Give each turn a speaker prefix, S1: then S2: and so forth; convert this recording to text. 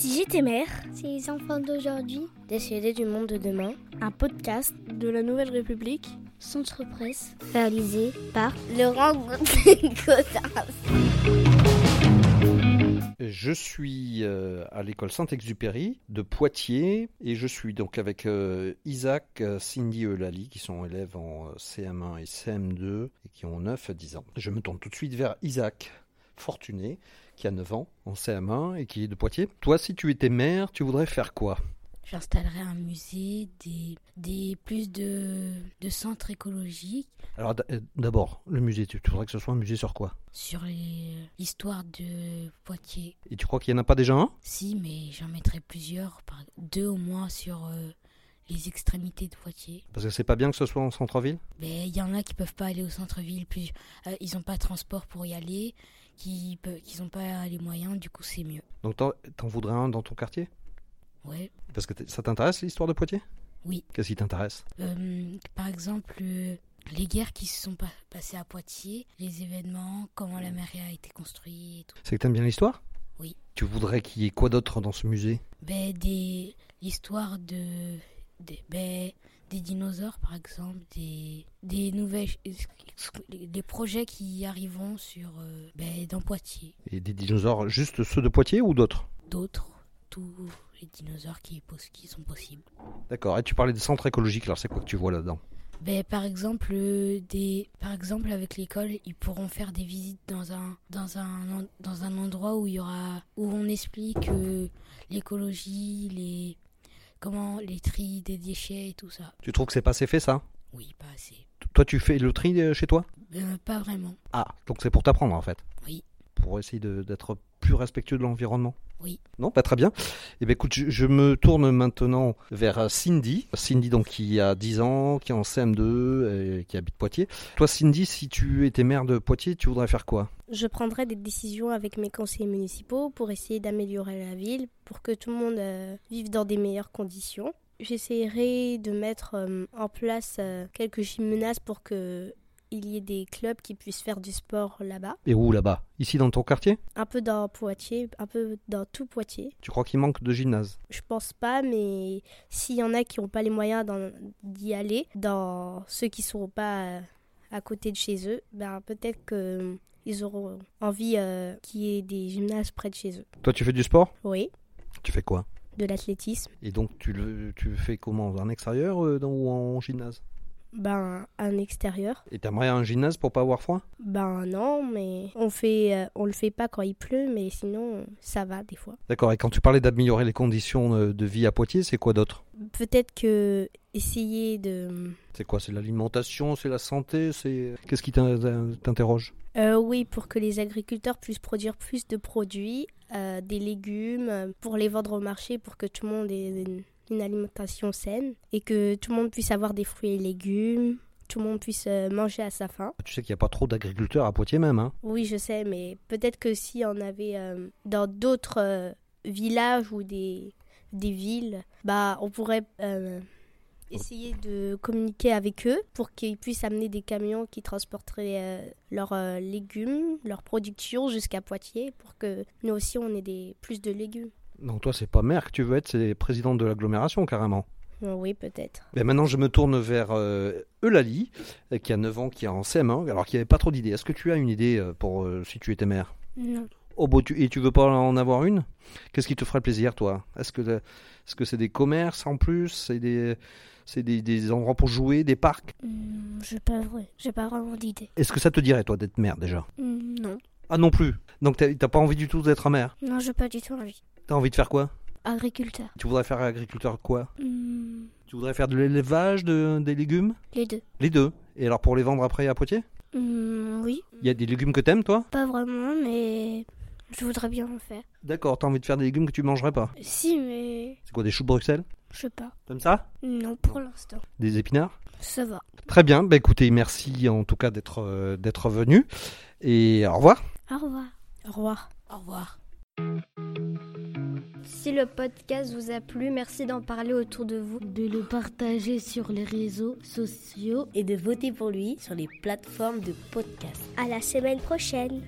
S1: Minute et Mère,
S2: C'est les enfants d'aujourd'hui,
S1: Décédés du monde de demain, un podcast de la Nouvelle République,
S2: Centre Presse, réalisé par
S1: Laurent Gaudin.
S3: Je suis euh, à l'école Saint-Exupéry de Poitiers et je suis donc avec euh, Isaac, euh, Cindy et Eulalie qui sont élèves en euh, CM1 et CM2 et qui ont 9 à 10 ans. Je me tourne tout de suite vers Isaac Fortuné qui a 9 ans en CM1 et qui est de Poitiers. Toi, si tu étais maire, tu voudrais faire quoi
S4: J'installerai un musée, des, des plus de, de centres écologiques
S3: Alors d- euh, d'abord, le musée, tu tu voudrais que ce soit un musée sur quoi
S4: sur les- l'histoire de Poitiers.
S3: Et tu crois qu'il n'y en a pas déjà un
S4: Si, mais j'en mettrai plusieurs, par- deux au moins sur euh, les extrémités de Poitiers.
S3: Parce que c'est pas bien que ce soit en centre-ville
S4: Mais il y en a qui peuvent pas aller au centre-ville, plus euh, ils n'ont pas de transport pour y aller, qui n'ont pas les moyens, du coup c'est mieux.
S3: Donc t'en t'en voudrais un dans ton quartier
S4: Ouais.
S3: Parce que t'es- ça t'intéresse l'histoire de Poitiers
S4: Oui.
S3: Qu'est-ce qui t'intéresse
S4: Euh, par exemple, euh, les guerres qui se sont pa- passées à Poitiers, les événements, comment la mairie a été construite et tout.
S3: C'est que t'aimes bien l'histoire
S4: Oui.
S3: Tu voudrais qu'il y ait quoi d'autre dans ce musée
S4: Ben, des l'histoire de des, ben, des dinosaures par exemple, des des nouvelles des projets qui arriveront sur euh, ben, dans Poitiers,
S3: Et des dinosaures, juste ceux de Poitiers ou d'autres
S4: d'autres tous les dinosaures qui, est poss- qui sont possibles.
S3: D'accord, et tu parlais des centres écologiques, alors c'est quoi que tu vois là-dedans
S4: Ben, par exemple euh, des par exemple avec l'école, ils pourront faire des visites dans un dans un en- dans un endroit où il y aura où on explique euh, l'écologie, les comment les tri des déchets et tout ça.
S3: Tu trouves que c'est pas assez fait ça
S4: Oui, pas assez.
S3: T- Toi tu fais le tri euh, chez toi
S4: Euh, pas vraiment.
S3: Ah, donc c'est pour t'apprendre en fait
S4: Oui.
S3: Pour essayer de- d'être plus respectueux de l'environnement
S4: Oui.
S3: Non, pas très bien. Eh bien écoute, je, je me tourne maintenant vers euh, Cindy. Cindy donc qui a 10 ans, qui est en CM2, et qui habite Poitiers. Toi Cindy, si tu étais maire de Poitiers, tu voudrais faire quoi
S1: Je prendrai des décisions avec mes conseillers municipaux pour essayer d'améliorer la ville, pour que tout le monde euh, vive dans des meilleures conditions. J'essaierai de mettre euh, en place euh, quelques gymnases pour que il y ait des clubs qui puissent faire du sport là-bas,
S3: Et où là-bas Ici dans ton quartier
S1: un peu dans Poitiers, un peu dans tout Poitiers.
S3: Tu crois qu'il manque de gymnase
S1: Je pense pas, mais s'il y en a qui n'ont pas les moyens d'en- d'y aller, dans ceux qui sont pas euh, à côté de chez eux, ben peut-être qu'ils auront envie euh, qu'il y ait des gymnases près de chez eux.
S3: Toi, tu fais du sport
S1: Oui,
S3: Tu fais quoi
S1: de l'athlétisme.
S3: Et donc, tu le tu fais comment En extérieur euh, dans- ou en gymnase
S1: Ben un extérieur.
S3: Et t'aimerais un gymnase pour pas avoir froid
S1: Ben non, mais on fait, euh, on le fait pas quand il pleut, mais sinon ça va des fois.
S3: D'accord, et quand tu parlais d'améliorer les conditions euh, de vie à Poitiers, c'est quoi d'autre
S1: Peut-être que essayer de
S3: C'est quoi C'est l'alimentation C'est la santé C'est Qu'est-ce qui t'in- t'interroge
S1: Euh, oui, pour que les agriculteurs puissent produire plus de produits, euh, des légumes, euh, pour les vendre au marché, pour que tout le monde ait une, une alimentation saine et que tout le monde puisse avoir des fruits et légumes, tout le monde puisse euh, manger à sa faim.
S3: Tu sais qu'il n'y a pas trop d'agriculteurs à Poitiers même, hein
S1: Oui, je sais, mais peut-être que si on avait euh, dans d'autres euh, villages ou des, des villes, bah, on pourrait euh, essayer de communiquer avec eux pour qu'ils puissent amener des camions qui transporteraient euh, leurs euh, légumes, leur production jusqu'à Poitiers pour que nous aussi on ait des, plus de légumes.
S3: Non, toi, c'est pas maire que tu veux être, c'est présidente de l'agglomération carrément.
S1: Oui, peut-être.
S3: Ben, maintenant, je me tourne vers euh, Eulalie, euh, qui a 9 ans, qui est en CM1, alors qui n'avait pas trop d'idées. Est-ce que tu as une idée euh, pour euh, si tu étais maire
S2: Non.
S3: Oh, bah, tu- et tu veux pas en avoir une Qu'est-ce qui te ferait plaisir, toi Est-ce que est-ce que c'est des commerces en plus C'est des c'est des, des endroits pour jouer, des parcs
S2: Hmm, j'ai pas vrai, j'ai pas vraiment d'idée.
S3: Est-ce que ça te dirait, toi, d'être mère déjà
S2: Hmm, non.
S3: Ah non plus. Donc t'as t'as pas envie du tout d'être mère.
S2: Non, j'ai pas du tout envie.
S3: T'as envie de faire quoi
S2: Agriculteur.
S3: Tu voudrais faire agriculteur quoi
S2: Hmm,
S3: Tu voudrais faire de l'élevage de, des légumes
S2: les deux.
S3: Les deux. Et alors pour les vendre après à Poitiers
S2: Hmm, oui,
S3: Il y a des légumes que t'aimes, toi
S2: pas vraiment, mais je voudrais bien en faire.
S3: D'accord. T'as envie de faire des légumes que tu mangerais pas.
S2: Si, mais
S3: C'est quoi des choux de Bruxelles
S2: je sais pas.
S3: Comme ça
S2: Non, pour l'instant.
S3: Des épinards
S2: Ça va.
S3: Très bien, bah écoutez, merci en tout cas d'être euh, d'être venu et au revoir.
S2: Au revoir.
S1: Au revoir.
S4: Au revoir.
S2: Si le podcast vous a plu, merci d'en parler autour de vous.
S5: de le partager sur les réseaux sociaux
S6: et de voter pour lui sur les plateformes de podcast.
S2: À la semaine prochaine.